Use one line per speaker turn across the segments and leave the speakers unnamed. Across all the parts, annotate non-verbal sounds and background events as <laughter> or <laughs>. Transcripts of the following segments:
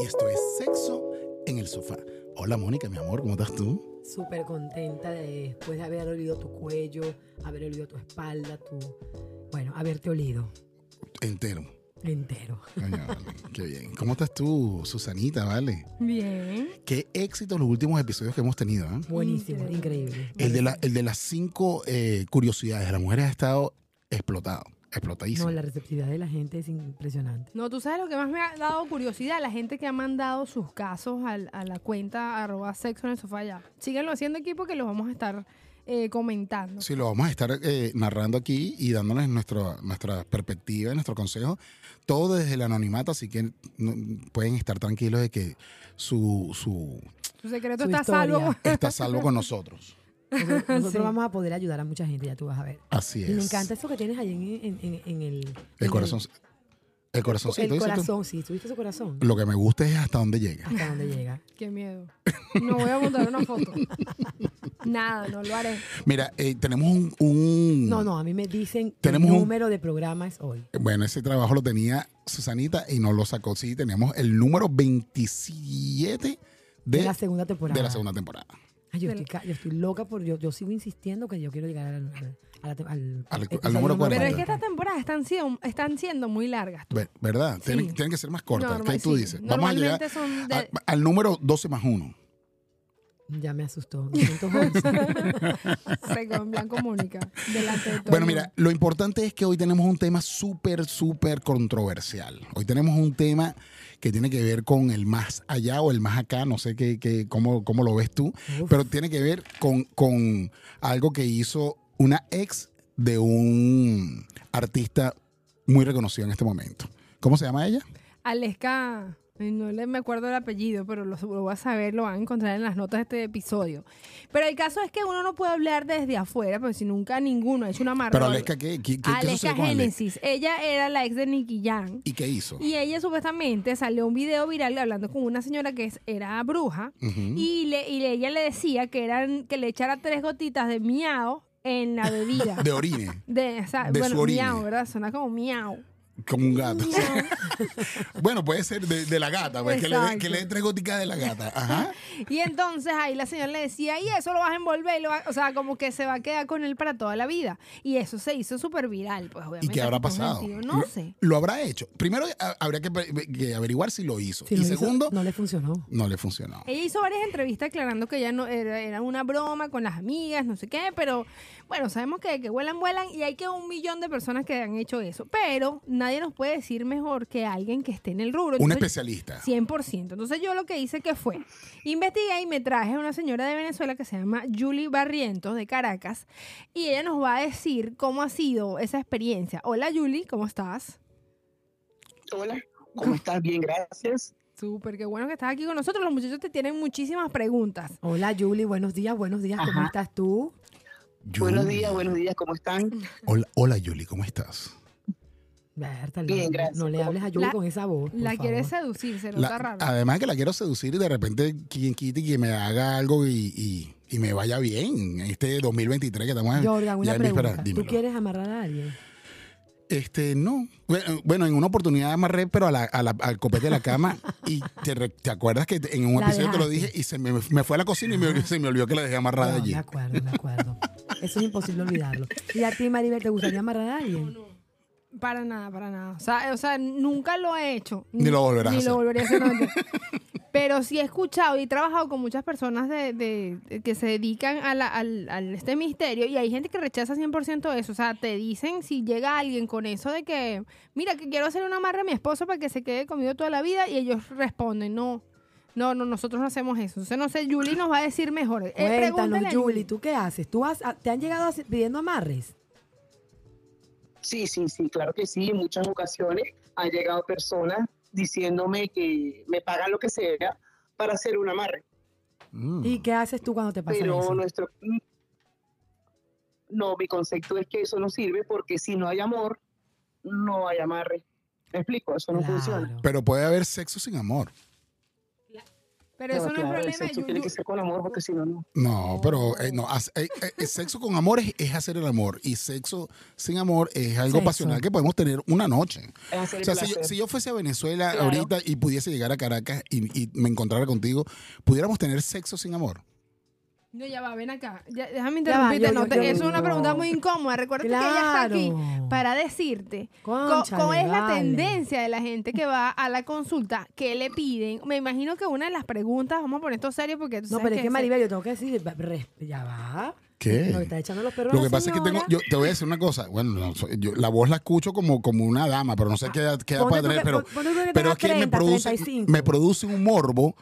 y esto es Sexo en el Sofá. Hola Mónica, mi amor, ¿cómo estás tú?
Súper contenta de, después de haber olido tu cuello, haber olido tu espalda, tu. Bueno, haberte olido
Entero.
entero.
Coño, vale, <laughs> qué bien. ¿Cómo estás tú, Susanita, vale?
Bien.
Qué éxito los últimos episodios que hemos tenido, ¿eh?
Buenísimo, increíble.
El de, la- el de las cinco eh, curiosidades de las mujeres ha estado explotado, explotadísimo.
No, la receptividad de la gente es
<laughs>
impresionante.
No, tú sabes lo que más me ha dado curiosidad, la gente que ha mandado sus casos al- a, la cuenta arroba sexo en el sofá ya. Síguenlo haciendo aquí porque los vamos a estar eh, comentando.
Sí, lo vamos a estar eh, narrando aquí y dándoles nuestro, nuestra perspectiva, y nuestro consejo, todo desde el anonimato, así que no- pueden estar tranquilos de que su, su
Su secreto
Su
está a
historia.
salvo. <laughs>
está a salvo con nosotros.
Nosotros, nosotros
Sí.
vamos a poder ayudar a mucha gente, ya tú vas a ver.
<laughs> Así es.
Y me encanta eso que tienes ahí en, en- en- en el.
El
en
corazón. El corazoncito,
El
dices tú.
corazón, sí, tuviste su corazón.
Lo que me gusta es hasta dónde llega.
Hasta dónde
<laughs>
llega.
Qué miedo. No voy a montar una foto. Nada, no lo haré.
Mira, eh, tenemos un, un-
No, no, a mí me dicen
Tenemos
el
un-
número de programas hoy.
Bueno, ese trabajo lo tenía Susanita y no lo sacó. Sí, teníamos el número 27 de,
De la segunda temporada.
de la segunda temporada.
Ay, yo,
Del-
estoy, ca- yo estoy loca por. Yo, yo sigo insistiendo que yo quiero llegar al, al- a la te- al-
Al- al
episodio
número
Pero es
Cuarenta.
que estas temporadas están, siendo- están siendo muy largas.
Ver- ¿Verdad? Tienen, tienen que ser más cortas.
Normal-
¿Qué tú
sí,
dices? Vamos a llegar
Normalmente son de-
<laughs> a- al número 12 más 1.
Ya me asustó. 211.
se quedó en blanco Mónica. Delante de todo
Ah, Bueno,
el
mira, lo importante es que hoy tenemos un tema súper, súper controversial. Hoy tenemos un tema que tiene que ver con el más allá o el más acá, no sé qué, qué- cómo, cómo lo ves tú,
Uf.
pero tiene que ver con, con algo que hizo una ex de un artista muy reconocido en este momento. ¿Cómo se llama ella?
Aleska, ay, no le- me acuerdo el apellido, pero lo, lo voy a saber, lo van a encontrar en las notas de este episodio. Pero el caso es que uno no puede hablar desde afuera, porque si nunca ninguno ha hecho una marca.
Pero Aleska, ¿qué, qué, qué- qué sucedió con Alex?
Genesis. Ella era la ex de Nicky Jam.
¿Y qué hizo?
Y ella supuestamente salió un video viral hablando con una señora que es- era bruja.
Ujú.
Y, le, y le- ella le decía que, eran, que le echara tres gotitas de miau en la bebida.
<laughs> De orine,
De, o sea,
de
bueno,
su orina.
miau, ¿verdad? Suena como miau.
como un gato.
Miau.
<laughs> Bueno, puede ser de, de la gata, pues, que le dé- que
Exacto.
le dé tres goticas de la gata. Ajá.
<laughs> Y entonces ahí la señora le decía, y eso lo vas a envolver, y lo va- o sea, como que se va a quedar con él para toda la vida. Y eso se hizo súper viral, pues obviamente.
¿Y qué habrá
en todo
pasado?
sentido. No
lo,
sé.
lo habrá hecho. Primero a- habría que, pe- que averiguar si lo hizo.
Si
y
lo hizo,
segundo, no.
no Eh, le funcionó.
le funcionó.
Ella hizo varias entrevistas aclarando que ya no era, era una broma con las amigas, no sé qué, pero bueno, sabemos que, que vuelan, vuelan y hay que un millón de personas que han hecho eso. Pero nadie nos puede decir mejor que alguien que esté en el rubro.
Un
Entonces,
especialista.
100%. Entonces yo lo que hice que fue, investigué y me traje a una señora de Venezuela que se llama Julie Barrientos de Caracas y ella nos va a decir cómo ha sido esa experiencia. Hola Julie, ¿cómo estás?
Hola, ¿cómo estás? Bien, gracias.
Súper, qué bueno que estás aquí con nosotros. Los muchachos te tienen muchísimas preguntas.
Hola, Julie, buenos días, buenos días. ¿Cómo
Ajá.
estás tú?
Yuli.
Buenos días, buenos días, ¿cómo están?
Mm.
Hola, hola, Yuli, ¿cómo estás?
Berta,
Bien,
no-
gracias.
No le hables a Julie
La-
con esa voz. por
La
favor.
quieres seducir, se
La-
nota raro.
además que la quiero seducir y de repente quien quite que me haga algo y, y- y me vaya bien. Este 2023 que estamos en...
Jordan, una
Ya, Liz,
pregunta.
espera,
¿Tú
ah, dímelo.
quieres amarrar a alguien?
Este, no. Bueno, bueno, en una oportunidad amarré, pero a la- a la- al copete de la
<laughs>
cama. y te, re- te acuerdas que en un
La
episodio te lo
dejaste.
dije y se me, me fue a la cocina y me, se me olvidó que la dejé amarrada
No,
allí.
me acuerdo, me acuerdo. Eso es imposible olvidarlo. ¿Y a ti, Maribel, te gustaría amarrar a alguien?
Para nada, para nada. O sea, eh, o sea, nunca lo he hecho.
Ni lo volverás
Ni
a
lo
hacer.
volvería a hacer.
<laughs>
nunca. Pero sí he escuchado y he trabajado con muchas personas de, de- que se dedican a, la- al, al- este misterio y hay gente que rechaza 100% eso. O sea, te dicen si llega alguien con eso de que, mira, que quiero hacer una amarre a mi esposo para que se quede conmigo toda la vida y ellos responden, no, no, no, nosotros no hacemos eso. Entonces, no sé, Julie nos va a decir mejor. Eh, pregúntale a
Cuéntanos, Julie, ¿tú qué haces? ¿Tú has, a- ¿Te han llegado a- pidiendo amarres?
Sí, sí, sí, claro que sí. En muchas ocasiones han llegado personas diciéndome que me pagan lo que sea para hacer un amarre,
Mm.
¿Y qué haces tú cuando te pasa
pero
eso?
nuestro... No, mi concepto es que eso no sirve porque si no hay amor, no hay amarre. ¿Me explico? Eso no
Claro.
funciona.
Pero puede haber sexo sin amor.
Pero eso no es
claro, el
problema.
sexo
yo-
tiene
yo-
que ser con amor porque si no, no.
No, pero eh, no, hace- eh, eh, sexo con amor es, es hacer el amor y sexo sin amor es algo
Sexo.
pasional que podemos tener una noche.
Es hacer
O
el
sea, si yo,
placer.
si yo fuese a Venezuela
Claro.
ahorita y pudiese llegar a Caracas y, y me encontrara contigo, ¿pudiéramos tener sexo sin amor?
No, ya va, ven acá. Ya, déjame
Ya va,
interrumpirte.
yo-
no
yo-
te-
yo-
eso es una
no.
pregunta muy incómoda. Recuerda que ella está aquí
Claro.
para decirte co-
Cónchale,
cuál es la
vale.
tendencia de la gente que va a la consulta, qué le piden. Me imagino que una de las preguntas, vamos a poner esto serio porque tú
No,
sabes
pero es que
ese-
Maribel, yo tengo que decir, va- res- ya va.
¿Qué?
Nos está echando los perros.
Lo
a la
que pasa es que tengo,
señora.
yo te voy a decir una cosa, bueno, no, so- yo la voz la escucho como, como una dama, pero no sé qué edad, qué edad
Ponte
pueda
tú
tener,
que-
pero,
pon- ponte tú que
pero
tengas
es que me
30,
produce,
35.
me produce un morbo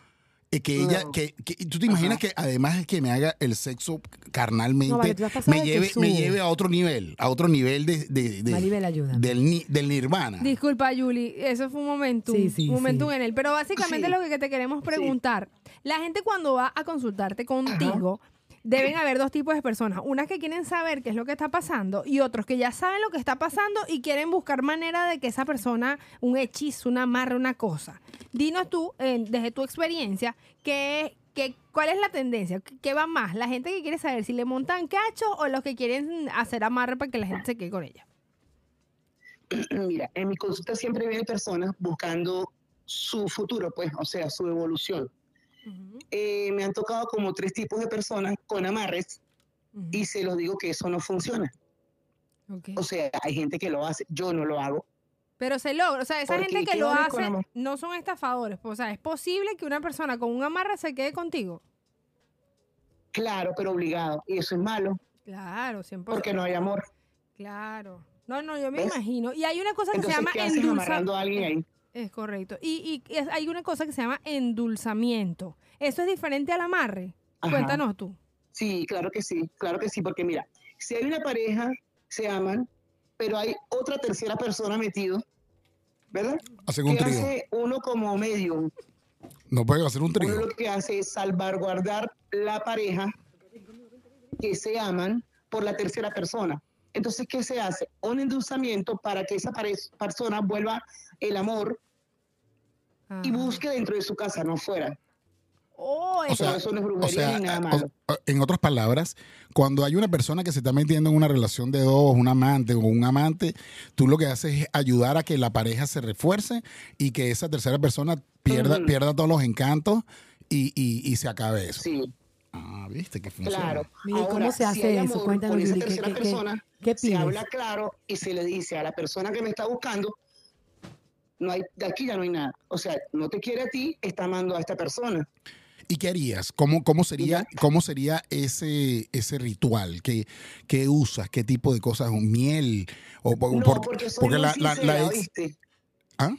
eh, que ella,
Claro.
que, que- tú te imaginas que además que me haga el sexo carnalmente,
No, vale, tú has pasado
me,
de
lleve,
que
me
sube.
lleve a otro nivel, a otro nivel de, de- de-
Maribel, ayúdame.
del, ni- del nirvana.
Disculpa, Yuli, eso fue un momentum,
Sí, sí,
un momentum
sí.
en él. Pero básicamente
Sí.
lo que te queremos preguntar, la gente cuando va a consultarte contigo, deben haber dos tipos de personas. Unas que quieren saber qué es lo que está pasando y otros que ya saben lo que está pasando y quieren buscar manera de que esa persona, un hechizo, una amarre, una cosa. Dinos tú, eh, desde tu experiencia, qué qué- ¿Cuál es la tendencia? ¿Qué va más? ¿La gente que quiere saber si le montan cachos o los que quieren hacer amarre para que la gente se quede con ella?
Mira, en mi consulta siempre vienen personas buscando su futuro, pues, o sea, su evolución. Eh, me han tocado como tres tipos de personas con amarres y se los digo que eso no funciona.
Ok.
O sea, hay gente que lo hace, yo no lo hago.
Pero se logra, o sea, esa
Porque
gente que lo
quedas con
hace
amor.
no son estafadores. pues, O sea, es posible que una persona con un amarre se quede contigo.
Claro, pero obligado. Y eso es malo,
Claro, 100%.
porque no hay amor.
Claro. No, no, yo me
¿Ves?
imagino. Y hay una cosa que
Entonces,
se llama
¿qué haces amarrando a alguien ahí?
Es correcto. Y, y es- hay una cosa que se llama endulzamiento. Eso es diferente al amarre.
Ajá.
Cuéntanos tú.
Sí, claro que sí, claro que sí, porque mira, si hay una pareja, se aman, pero hay otra tercera persona metido, ¿verdad?
Hacen un
¿Qué
trío.
hace uno como medio?
No pueden hacer un
Uno
trío.
lo que hace es salvaguardar la pareja que se aman por la tercera persona. Entonces, ¿qué se hace? Un endulzamiento para que esa pare- persona vuelva el amor y
Ajá.
busque dentro de su casa, no fuera.
Oh,
O
eso-
sea,
eso no es
O
brujería
sea,
ni nada
o-
malo.
o- en otras palabras, cuando hay una persona que se está metiendo en una relación de dos, un amante o un amante, tú lo que haces es ayudar a que la pareja se refuerce y que esa tercera persona pierda,
Ujú.
pierda todos los encantos y, y- y se acabe eso.
sí,
Ah, viste que funciona.
claro.
Mira, ¿y
Ahora,
¿Cómo se hace
si hay
eso?
amor
Cuéntanos,
con esa
Yuli, ¿qué,
tercera
qué, qué,
persona,
qué
se
pides?
habla claro y se le dice a la persona que me está buscando, no hay, de aquí ya no hay nada. O sea, no te quiere a ti, está amando a esta persona.
¿Y qué harías? ¿Cómo, cómo sería, cómo sería ese, ese ritual? ¿Qué, qué usas? ¿Qué tipo de cosas? ¿Un miel? ¿O, por-
no,
por-
porque soy
porque
muy
la, la- la
sincera,
ex-
¿oíste?
¿Ah?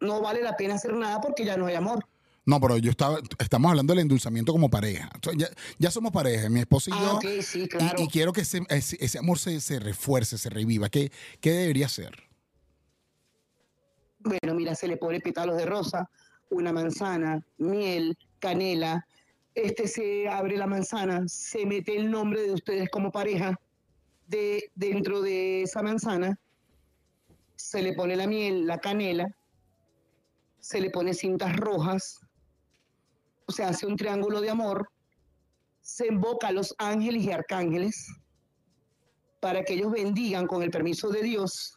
No vale la pena hacer nada porque ya no hay amor.
No, pero yo estaba, estamos hablando del endulzamiento como pareja. O sea, Ya, ya somos pareja, mi esposo y
ah,
yo.
ok, sí,
y-
claro.
Y, quiero que ese, ese- ese amor se, se refuerce, se reviva. ¿Qué, qué debería ser?
Bueno, mira, se le pone pétalos de rosa, una manzana, miel, canela. Este se abre la manzana, se mete el nombre de ustedes como pareja de, dentro de esa manzana. Se le pone la miel, la canela. Se le pone cintas rojas. O sea, hace un triángulo de amor. Se invoca a los ángeles y arcángeles para que ellos bendigan con el permiso de Dios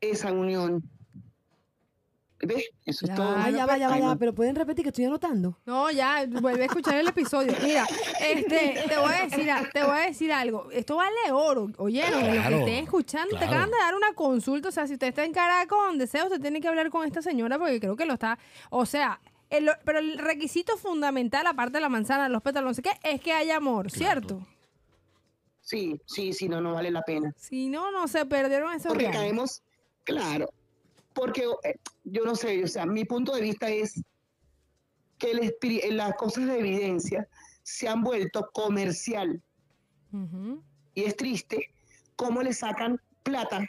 esa unión. ¿Ves? Eso es todo.
Ah, ya va, ya va,
Ay,
ya va,
no.
pero pueden repetir que estoy anotando.
No, ya, vuelve a escuchar el episodio. Mira, este, te voy a decir, a- te voy a decir algo. Esto vale oro. Oyeron, lo que
Claro,
estén escuchando, te
claro.
acaban de dar una consulta. O sea, si usted está en Caracas donde sea, usted tiene que hablar con esta señora porque creo que lo está. O sea, el- pero el requisito fundamental, aparte de la manzana, los pétalos, no sé qué, es que haya amor, ¿cierto?
Sí, sí, sí, no, no vale la pena.
Si no, no se perdieron esos
Porque
reales.
caemos, claro, porque eh, yo no sé, o sea, mi punto de vista es que el espiri- eh, las cosas de evidencia se han vuelto comercial
Ujú.
y es triste cómo le sacan plata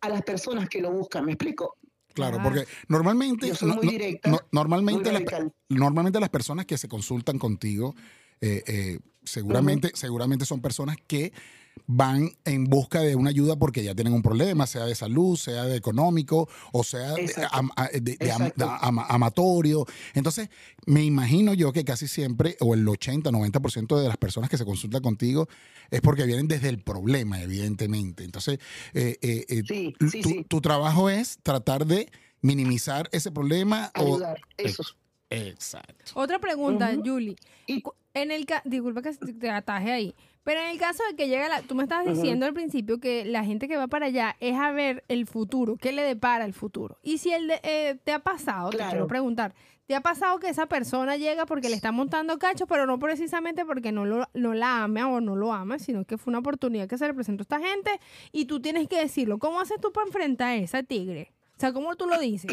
a las personas que lo buscan, ¿me explico?
Claro,
Ah.
porque normalmente.
Yo soy muy directa,
normalmente, las,
muy radical.
normalmente las personas que se consultan contigo eh, eh, seguramente, seguramente son personas que van en busca de una ayuda porque ya tienen un problema, sea de salud, sea de económico, o sea de,
Exacto.
am- a- de- de am-
Exacto.
da- ama- amatorio. Entonces, me imagino yo que casi siempre, o el 80, 90% de las personas que se consultan contigo es porque vienen desde el problema, evidentemente. Entonces, eh, eh, eh,
Sí, sí,
tu,
sí.
tu trabajo es tratar de minimizar ese problema. o-
Ayudar, eso.
Exacto.
Otra pregunta,
Ujú.
Julie.
Y-
Cu- En el ca- disculpa que te- te ataje ahí, pero en el caso de que llega la, tú me estabas
Ujú.
diciendo al principio que la gente que va para allá es a ver el futuro, qué le depara el futuro. Y si el de- eh, te ha pasado, te
Claro.
quiero preguntar, ¿te ha pasado que esa persona llega porque le está montando cachos, pero no precisamente porque no lo, no la ama o no lo ama, sino que fue una oportunidad que se le presentó a esta gente y tú tienes que decirlo? ¿Cómo haces tú para enfrentar a esa tigre? O sea, ¿cómo tú lo
<clears throat>
dices?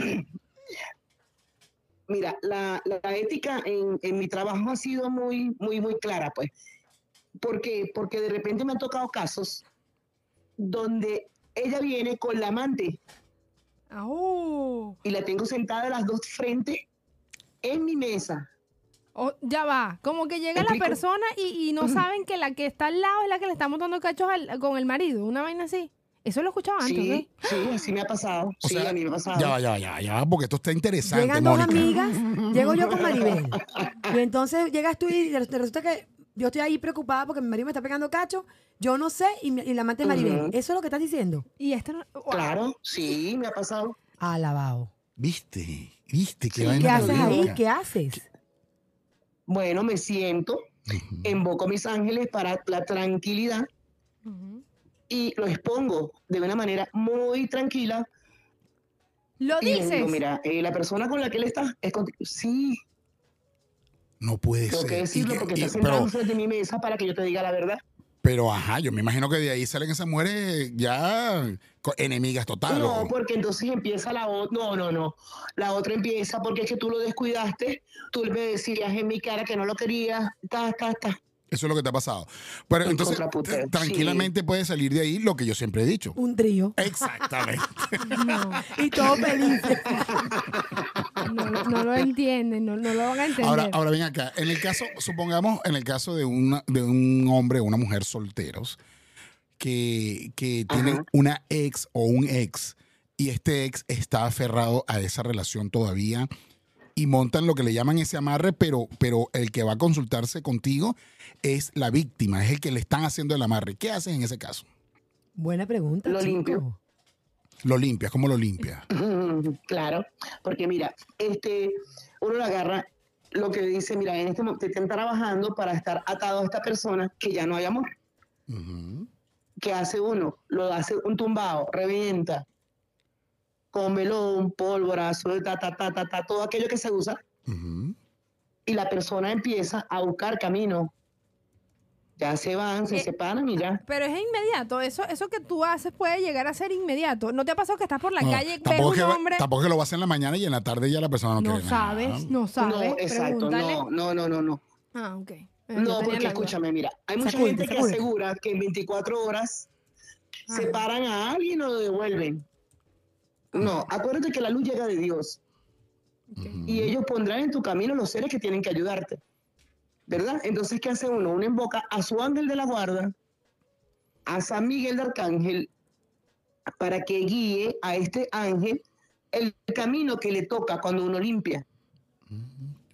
Mira, la, la- la ética en, en mi trabajo ha sido muy, muy, muy clara, pues. ¿Por qué? Porque de repente me han tocado casos donde ella viene con la amante
Ah, ¡Oh!
y la tengo sentada las dos frente en mi mesa.
O- ya va, como que llega la
¿Explico?
persona y, y no saben que la que está al lado es la que le está montando cachos al- con el marido, una vaina así. Eso lo escuchaba antes,
Sí,
¿ok?
sí, así me ha pasado.
O
sí,
sea,
a mí me ha pasado.
Ya, va, ya, va, ya, va, ya, va, porque esto está interesante,
Llegan dos
Mónica.
amigas, llego yo con Maribel. Y entonces llegas tú y re- resulta que yo estoy ahí preocupada porque mi marido me está pegando cacho, yo no sé, y, mi- y la amante de Maribel.
Ujú.
Eso es lo que estás diciendo.
Y esta no- ¡Wow!
Claro, sí, me ha pasado.
Alabado.
Viste, viste, qué
Sí,
vaina
¿Qué
tan
haces ahí?
loca.
¿Qué haces?
Bueno, me siento,
Ujú.
invoco a mis ángeles para la tranquilidad
Ujú.
y lo expongo de una manera muy tranquila.
Lo
Y le digo,
dices.
mira, eh, la persona con la que él está es contigo. Sí,
No puede
tengo
ser.
que
Y
decirlo
que-
porque
y-
está sentado
pero,
frente a mi mesa para que yo te diga la verdad.
pero, ajá, yo me imagino que de ahí salen esas mujeres ya co- enemigas total.
No, pues,
o-
porque entonces empieza la otra. No, no, no. La otra empieza porque es que tú lo descuidaste. Tú le decías en mi cara que no lo querías. Ta, ta, ta. <laughs>
Eso es lo que te ha pasado. Pero
Un
entonces,
contraputeo,
t- tranquilamente puedes salir de ahí lo que yo siempre he
<laughs>
dicho.
Un trío.
Exactamente.
No,
Y todo
<laughs>
feliz.
no, lo- no lo entienden, no, no lo van a entender.
Ahora, ahora ven acá. En el caso, supongamos, en el caso de, una, de un hombre o una mujer solteros que, que tienen
Ajá.
una ex o un ex y este ex está aferrado a esa relación todavía y montan lo que le llaman ese amarre, pero, pero el que va a consultarse contigo es la víctima, es el que le están haciendo el amarre. ¿Qué haces en ese caso?
Buena pregunta.
Lo
chico.
limpio.
Lo limpias, ¿cómo lo limpias?
Mm, Claro, porque mira, este, uno le agarra lo que dice, mira, en este momento están trabajando para estar atado a esta persona que ya no hay amor.
Ujú.
¿Qué hace uno? Lo hace un tumbado, revienta, con melón, pólvora, suelta, ta, ta, ta, ta, todo aquello que se usa,
Ujú.
y la persona empieza a buscar camino. Ya se van, se
Eh,
separan y ya.
Pero es inmediato, eso, eso que tú haces puede llegar a ser inmediato. ¿No te ha pasado que estás por la
No,
calle, ves
tampoco,
un
es que, va-
hombre,
tampoco es que lo vas a hacer en la mañana y en la tarde ya la persona no,
no
quiere nada.
sabes, no sabes?
No, exacto,
Pregúntale.
no, no, no, no, no.
Ah, ok. Eh, yo tenía
No, porque
la duda.
escúchame, mira, hay mucha
Sacude,
gente que
sacude.
asegura que en 24 horas
Ah.
separan a alguien o lo devuelven. No, acuérdate que la luz llega de Dios
Ok.
y ellos pondrán en tu camino los seres que tienen que ayudarte. ¿Verdad? Entonces, ¿qué hace uno? Uno invoca a su ángel de la guarda, a San Miguel de Arcángel, para que guíe a este ángel el camino que le toca cuando uno limpia.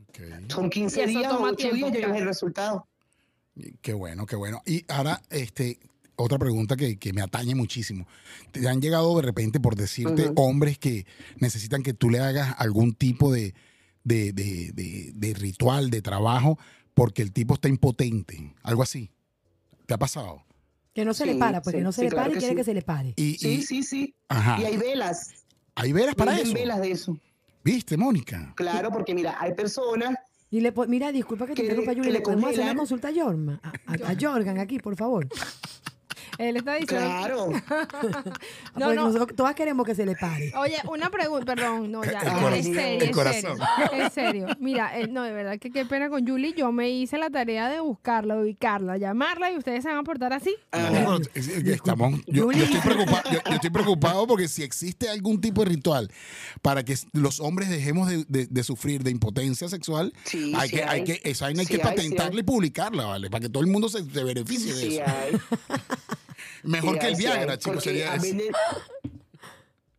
Ok.
Son 15
Y eso
días o
toma
8
tiempo,
días,
claro.
llegas el resultado.
Qué bueno, qué bueno. Y ahora, este, otra pregunta que, que me atañe muchísimo. ¿Te han llegado de repente, por decirte,
Ujú.
hombres que necesitan que tú le hagas algún tipo de, de, de- de- de ritual, de trabajo, porque el tipo está impotente? Algo así. ¿Te ha pasado?
Que no se
Sí,
le para, porque
sí,
no se
sí,
le para
claro
y
que
quiere
sí.
que se le pare.
Y,
Sí,
y-
sí, sí.
Ajá.
Y hay velas.
¿Hay velas para
Venden
eso?
velas de eso.
¿Viste, Mónica?
Claro, porque mira, hay personas,
Y le po- mira, disculpa que te
Que le-
interrumpa, Yuri,
que
¿le
le
podemos hacer una
<laughs>
congelan.
Ah, consulta a Jorma? A, a- a Jorgan aquí, por favor.
Él está diciendo.
Claro. Ah, pues
No,
Porque
no.
nosotros todas queremos que se
<laughs>
le pare.
Oye, una pregunta, perdón, no, ya,
El
ya,
corazón,
en
el
serio, en serio,
corazón.
en serio. Mira, eh, no, de verdad que qué pena con Julie, yo me hice la tarea de buscarla, ubicarla, llamarla y ustedes se van a portar así.
Ajá.
Bueno, es- es- estamos- yo, yo estoy preocupado, yo, yo estoy preocupado porque si existe algún tipo de ritual para que s- los hombres dejemos de, de- de sufrir de impotencia sexual,
Sí,
hay,
sí
que, hay
hay.
que, esa vaina hay
Sí
que
hay, sí
patentarla
hay.
y publicarla, ¿vale? Para que todo el mundo se, se beneficie de
Sí
eso.
hay,
Mejor
sí
que
hay,
el
sí
Viagra,
hay,
chicos,
porque
sería
a
eso.
veces- <laughs>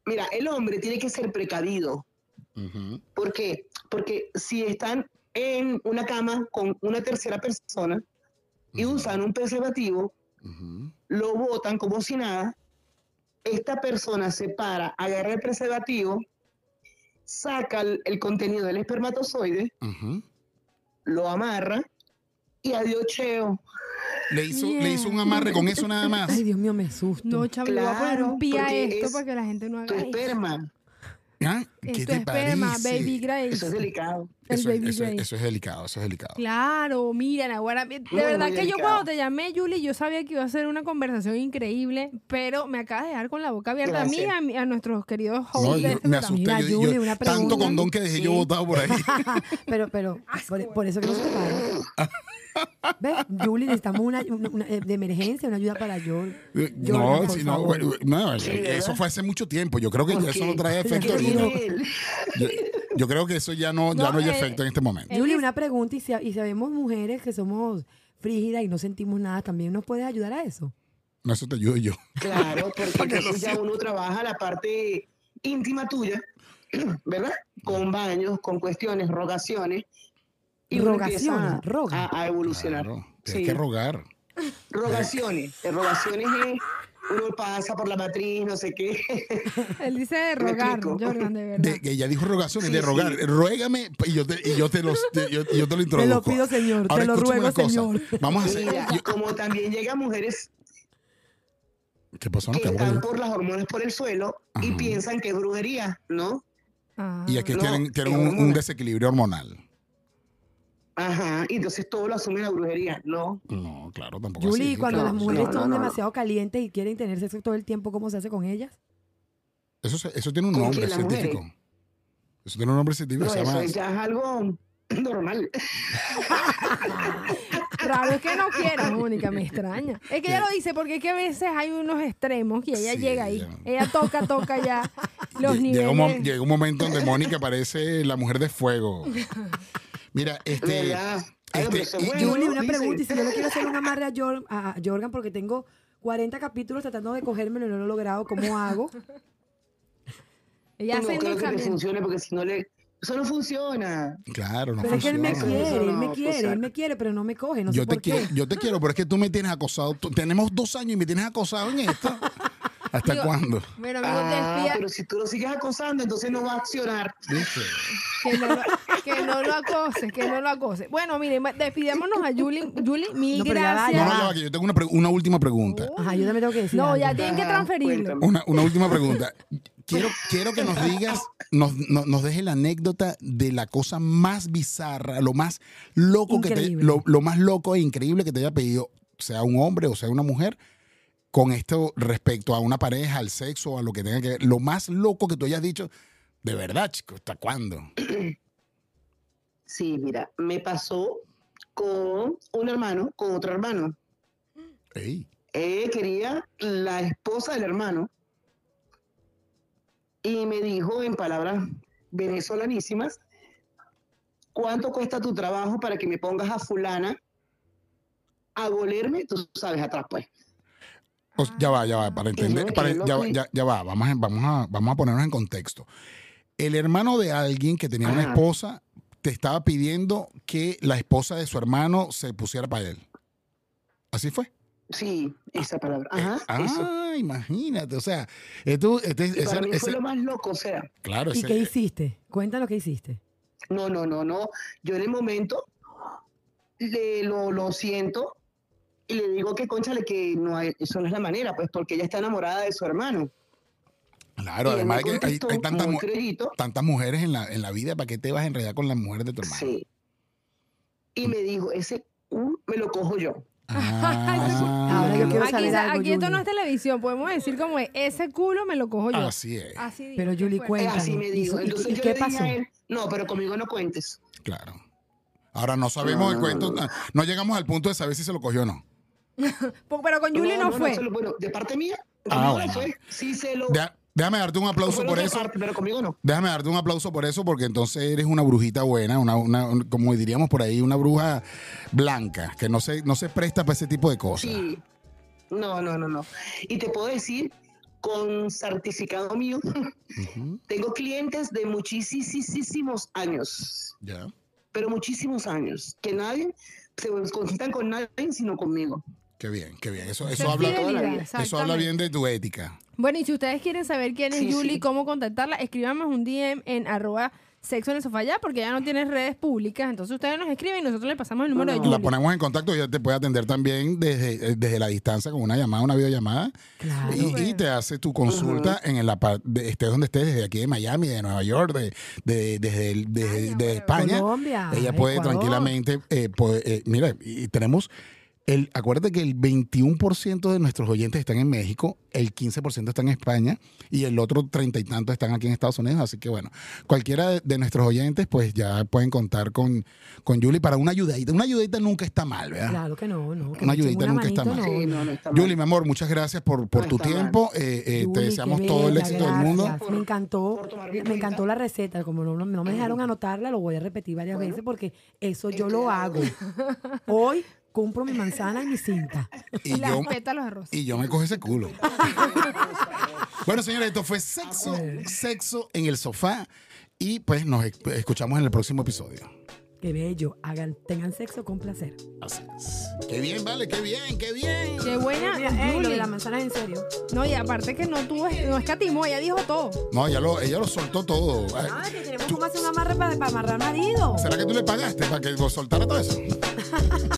Mira, el hombre tiene que ser precavido.
Ujú.
¿Por qué? Porque si están en una cama con una tercera persona y usan un preservativo,
Ujú.
lo botan como si nada, esta persona se para, agarra el preservativo, saca el, el contenido del espermatozoide,
Ujú.
lo amarra y adiós cheo.
Le, hizo, le
Yeah.
hizo un amarre con eso nada más.
Ay, Dios mío, me asusto.
No, chaval, le voy a poner
Claro,
un pie a
porque
esto
es
para que la gente no
Tu
haga eso.
esperma,
¿Ah? ¿Qué
Es tu
te
esperma,
parece?
baby Grace.
eso es delicado.
el
Eso, es-
baby
eso es-
Grace.
eso es delicado, eso es delicado.
Claro, mira, Nahuara, de
Muy,
verdad
muy
que yo
delicado.
cuando te llamé, Julie, yo sabía que iba a ser una conversación increíble, pero me acabas de dejar con la boca abierta
Gracias.
a mí y a, a nuestros queridos
No,
hosts. de
yo-
este
me
programa.
asusté.
Mira,
yo- yo-
Julie, una
tanto
pregunta.
condón que dejé yo
Sí.
botado por
<laughs>
ahí.
<laughs> pero,
<laughs>
pero, por, por eso que no se te para. ¿Ves? Julie, necesitamos una, una- una- eh, de emergencia, una ayuda para George.
Eh, No, si no, bueno, no, eh, eso
¿verdad?
fue hace mucho tiempo. Yo creo que ya eso no trae efecto
Qué
ahorita.
duro.
Yo, yo creo que eso ya no, ya
No,
no hay
eh,
efecto en este momento.
Julie, una pregunta, y, si, y sabemos mujeres que somos frígidas y no sentimos nada, ¿también nos puedes ayudar a eso?
No, eso te ayudo yo. <laughs>
Claro, porque
Para que lo
entonces ya
sienta.
uno trabaja la parte íntima tuya, <clears throat> ¿verdad? Con baños, con cuestiones, rogaciones. uno empieza
Rogaciones,
a-
roga.
A, a evolucionar.
Claro, tienes
Sí.
que rogar.
Rogaciones.
<laughs>
eh, Rogaciones es uno pasa por la matriz, no sé qué. <laughs>
Él dice de
Me
rogar,
explico.
Jordan, de verdad.
De, que ella dijo rogaciones,
Sí,
de
sí.
rogar. Ruégame y yo te, y yo te, los, te- yo, yo te lo introduzco.
pido, señor, te lo
escúchame
ruego,
una cosa.
señor.
Vamos a hacer.
Mira,
yo-
como también llegan mujeres
¿Qué pasó? No
que
te
están
aburrí.
por las hormonas por el suelo y
Ajá.
piensan que es brujería, ¿no?
Ah.
Y es que
No,
tienen, tienen un- un,
hormonas.
desequilibrio hormonal.
Ajá, y entonces todo lo asumen la brujería, ¿no?
No, claro, tampoco
Julie,
así,
cuando
claro.
las mujeres
no,
son
no, no.
demasiado calientes y quieren tener sexo todo el tiempo, ¿cómo se hace con ellas?
Eso, se- eso tiene un
¿Con
nombre
quién, las mujeres?
científico. Eso tiene un nombre científico.
No,
se
eso
llama,
ya es algo <clears throat> normal.
Raro es que no quieras, Mónica, me extraña. Es que ella lo dice porque es que a veces hay unos extremos que ella
Sí,
llega ahí.
ella-
Ella toca, toca
<laughs>
ya los
Lle-
niveles.
Llega un, mom- llega un momento donde Mónica parece la mujer de fuego. Mira, este.
¿Verdad? Ay, hombre,
este,
eso es
y-
bueno.
Julie, una
dice.
pregunta, y si yo le quiero hacer un amarre
<laughs>
a, Jor- a- a Jorgan porque tengo 40 capítulos tratando de cogérmelo y no lo he logrado,
<laughs>
¿cómo hago?
Ella
no
hace
creo que le
endulzamiento.
funcione porque si no le... Eso no funciona.
Claro, no
Pero es que él me
funciona.
quiere, él me
No,
quiere,
pues,
él me quiere, pero no me coge, no
yo
sé
te
por qué.
quiero, yo te quiero, pero es que tú me tienes acosado. Tú- tenemos dos años y me tienes acosado en esto. ¿Hasta
<laughs>
Digo-
cuándo?
Bueno, amigo,
Ah,
despida-
pero si tú lo sigues acosando, entonces no va a accionar.
¿Viste?
Que no, lo, que no lo acose, que no lo acose. Bueno, miren, ma- despidámonos a Julie. Julie, mil
No, pero ya va,
gracias.
No, no,
va.
ya va, que yo tengo una, pre- una última pregunta.
Ajá, yo también tengo que decir.
No, ya
algo.
tienen que
Ajá,
transferirlo.
cuéntame.
Una, una última pregunta. Quiero, quiero que nos digas, nos, no- nos dejes la anécdota de la cosa más bizarra, lo más loco que te,
Increíble.
lo, lo más loco e increíble que te haya pedido, sea un hombre o sea una mujer, con esto respecto a una pareja, al sexo, a lo que tenga que ver. Lo más loco que tú hayas dicho, de verdad, chico, ¿hasta cuándo?
Sí, mira, me pasó con un hermano, con otro hermano.
Ey,
Él quería la esposa del hermano y me dijo en palabras venezolanísimas, ¿cuánto cuesta tu trabajo para que me pongas a fulana a volerme? Tú sabes, atrás pues.
O sea, Pues, ya va, ya va, para entender,
Ujú,
para-
es lo
ya, va,
que-
ya- ya va, vamos a, vamos, a, vamos a ponernos en contexto. El hermano de alguien que tenía una
Ajá.
esposa te estaba pidiendo que la esposa de su hermano se pusiera para él. ¿Así fue?
Sí, esa palabra. Ajá,
ah,
eso.
imagínate, o sea, esto- este-
Y
ese-
para mí
ese-
fue lo más loco, o sea,
claro,
¿Y
ese-
qué hiciste? Cuéntanos qué hiciste.
No, no, no, no. Yo en el momento le, lo, lo siento y le digo que, conchale, que no hay, eso no es la manera, pues porque ella está enamorada de su hermano.
claro,
Y él
además
me
de que hay,
contestó
hay tantas,
muy
mu-
criollito,
tantas mujeres en la, en la vida, ¿para qué te vas a
<laughs>
enredar con la mujer de tu hermano?
Sí. Y me dijo, ese U me lo cojo yo.
Ah,
Ahora yo quiero
Aquí,
saber algo,
aquí esto
Yuli.
no es televisión, podemos decir como es, ese culo me lo cojo yo.
así es,
Así digo,
Pero
qué
Yuli,
fuerte.
Eh,
cuéntame.
Así me
¿Y
dijo.
su- y-
Entonces
y
yo
qué
le dije
pasó?
a él, no, pero conmigo no cuentes.
claro. Ahora no sabemos el cuento, no, no llegamos al punto de saber si se lo cogió o no.
Po- Pero con Yuli no, fue.
se lo- bueno, de parte mía,
Ah,
conmigo no
bueno.
fue. Sí se lo...
Deja- déjame darte un aplauso
fue
por
otra
eso.
parte, pero conmigo no.
Déjame darte un aplauso por eso, porque entonces eres una brujita buena, una, una- un- como diríamos por ahí, una bruja blanca, que no se, no se presta para ese tipo de cosas.
Sí. No, no, no, no. Y te puedo decir, con certificado mío,
Ujú,
<laughs> tengo clientes de muchísimos años,
ya.
pero muchísimos años, que nadie se consultan con nadie sino conmigo.
Qué bien, qué bien. Eso,
Es
eso, habla,
toda la
fidelidad,
vida.
eso habla
exactamente.
bien de tu ética.
Bueno, y si ustedes quieren saber quién es
Sí,
Yuli,
sí.
cómo contactarla, escríbanos un DM en arroba sexo en el sofá ya, porque ella no tiene redes públicas. Entonces ustedes nos escriben y nosotros le pasamos el número de
No.
Yuli.
La ponemos en contacto, ella te puede atender también desde, eh, desde la distancia con una llamada, una videollamada.
Claro.
Y, y te hace tu consulta en la parte, estés donde estés, desde aquí de Miami, de Nueva York, de, de- desde, el- desde- desde
España, bueno.
España.
Colombia,
Ella puede
Ecuador.
tranquilamente, eh, puede- eh, mira, y tenemos, el, acuérdate que el 21% de nuestros oyentes están en México, el 15% están en España y el otro treinta y tanto están aquí en Estados Unidos, así que bueno, cualquiera de, de nuestros oyentes pues ya pueden contar con, con Julie para una ayudadita. Una ayudadita nunca está mal, ¿verdad?
Claro que no, no.
Una
Que me echen
ayudita nunca está
manito,
mal.
Sí,
no.
no, no está mal.
Julie, mi amor, muchas gracias por, por
No
tu
está mal.
tiempo. Eh, eh,
Yuli,
te
qué
deseamos todo el
bella,
éxito del mundo.
gracias. Me encantó,
Por tomar mi
me encantó la
cuenta.
receta. Como no, no me dejaron anotarla, lo voy a repetir varias
Bueno.
veces porque eso yo
Estoy
lo
de
hago.
<laughs> acuerdo.
Hoy cumplo mi manzana y mi cinta.
Y
Las
yo,
pétalos de rosa.
y yo me coge ese
<laughs>
culo. Bueno, señores, esto fue sexo, sexo en el sofá. Y pues nos es- escuchamos en el próximo episodio.
Qué bello. Hagan, tengan sexo con placer.
Así es. Qué bien, vale, qué bien, qué bien.
Qué buena
Mira, ey, lo
Yuli.
de la manzana es en serio.
No, y aparte que no tuvo, no escatimó, ella dijo todo.
No, ella lo, ella lo soltó todo. Ay,
Ah, que tenemos como hacer un amarre para, para amarrar marido.
¿Será que tú le pagaste para que lo soltara todo eso?